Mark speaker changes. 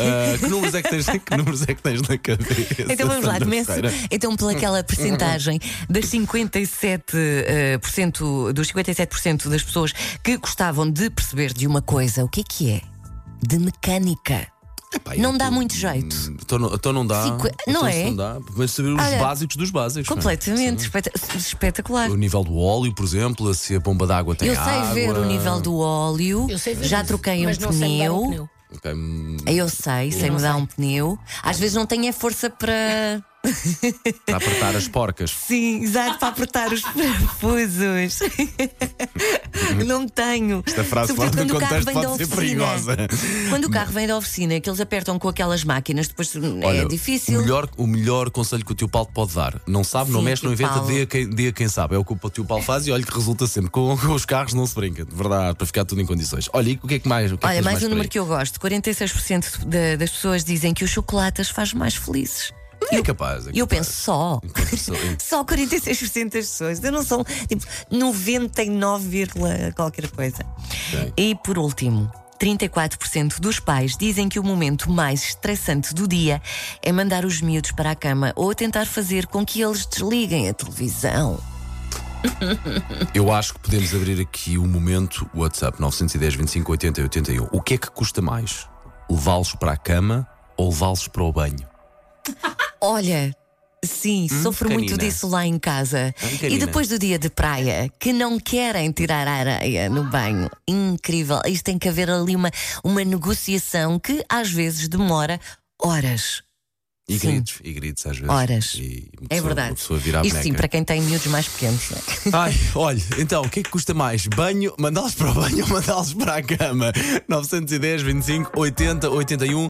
Speaker 1: Ah, que números é que tens? Que números é que tens na cabeça?
Speaker 2: Então vamos lá,
Speaker 1: Sandra
Speaker 2: começo
Speaker 1: Ferreira?
Speaker 2: então pela aquela percentagem das 57% eh, por cento- dos 57% das pessoas que gostavam de perceber de uma coisa, o que é que é? De mecânica.
Speaker 1: Epá,
Speaker 2: Não
Speaker 1: eu
Speaker 2: dá
Speaker 1: tô-
Speaker 2: muito jeito.
Speaker 1: Hum, é Então não- então não dá.
Speaker 2: Cinqu-
Speaker 1: Então
Speaker 2: não
Speaker 1: isso
Speaker 2: é?
Speaker 1: Não dá. Mas saber os
Speaker 2: Olha,
Speaker 1: básicos dos básicos. não é?
Speaker 2: Completamente, espeta- espetacular.
Speaker 1: O nível do óleo, por exemplo, se a bomba d'água tem
Speaker 2: Eu sei
Speaker 1: água.
Speaker 2: ver o nível do óleo,
Speaker 3: Eu sei ver
Speaker 2: já
Speaker 3: isso,
Speaker 2: troquei um
Speaker 3: mas não sei mudar um
Speaker 2: pneu.
Speaker 3: pneu.
Speaker 1: Ok, hum,
Speaker 2: Eu sei, sei mudar um pneu. Às vezes não tenho a força para.
Speaker 1: Para apertar as porcas.
Speaker 2: Sim, exato, para apertar os parafusos. não tenho.
Speaker 1: Uhum. Esta frase
Speaker 2: Sobretudo
Speaker 1: fora do
Speaker 2: quando o carro
Speaker 1: contexto
Speaker 2: vem
Speaker 1: pode
Speaker 2: da
Speaker 1: ser
Speaker 2: oficina.
Speaker 1: perigosa.
Speaker 2: Quando o carro vem da oficina, que eles apertam com aquelas máquinas, depois é
Speaker 1: Olha,
Speaker 2: difícil.
Speaker 1: O melhor, o melhor conselho que o tio Paulo te pode dar: não sabe, não
Speaker 2: Sim,
Speaker 1: mexe,
Speaker 2: tio
Speaker 1: não inventa,
Speaker 2: Paulo.
Speaker 1: dê a, quem, dê a quem sabe. É o que o tio Paulo faz e olha que resulta sempre. Com, com os carros não se brinca, de verdade, para ficar tudo em condições. Olha, e o que é que mais? O que é que
Speaker 2: Olha,
Speaker 1: tens
Speaker 2: mais um
Speaker 1: por
Speaker 2: número
Speaker 1: aí?
Speaker 2: que eu gosto: 46% da- das pessoas dizem que o chocolate as faz mais felizes.
Speaker 1: É capaz. É
Speaker 2: E eu
Speaker 1: capaz.
Speaker 2: penso só. Só 46% das pessoas. Eu não sou, tipo, 99, vírgula qualquer coisa.
Speaker 1: Ok.
Speaker 2: E por último, 34% dos pais dizem que o momento mais estressante do dia é mandar os miúdos para a cama ou tentar fazer com que eles desliguem a televisão.
Speaker 1: Eu acho que podemos abrir aqui o momento WhatsApp 910 25 80 81. O que é que custa mais? Levá-los para a cama ou levá-los para o banho?
Speaker 2: Olha, sim,
Speaker 1: Hum,
Speaker 2: sofro muito
Speaker 1: Karina.
Speaker 2: disso lá em casa.
Speaker 1: Hum, Karina.
Speaker 2: e depois do dia de praia, que não querem tirar a areia no banho. Incrível. Isto tem que haver ali uma, uma negociação que às vezes demora horas.
Speaker 1: E
Speaker 2: Sim.
Speaker 1: gritos, e gritos às vezes.
Speaker 2: Horas.
Speaker 1: E uma
Speaker 2: É
Speaker 1: pessoa-
Speaker 2: verdade.
Speaker 1: Uma pessoa vira a
Speaker 2: Isto sim,
Speaker 1: boneca.
Speaker 2: para quem tem miúdos mais pequenos. não é?
Speaker 1: Ai, olha, então, o que é que custa mais? um Banho, mandá-los para o banho ou mandá-los para a cama? 910 25 80 81.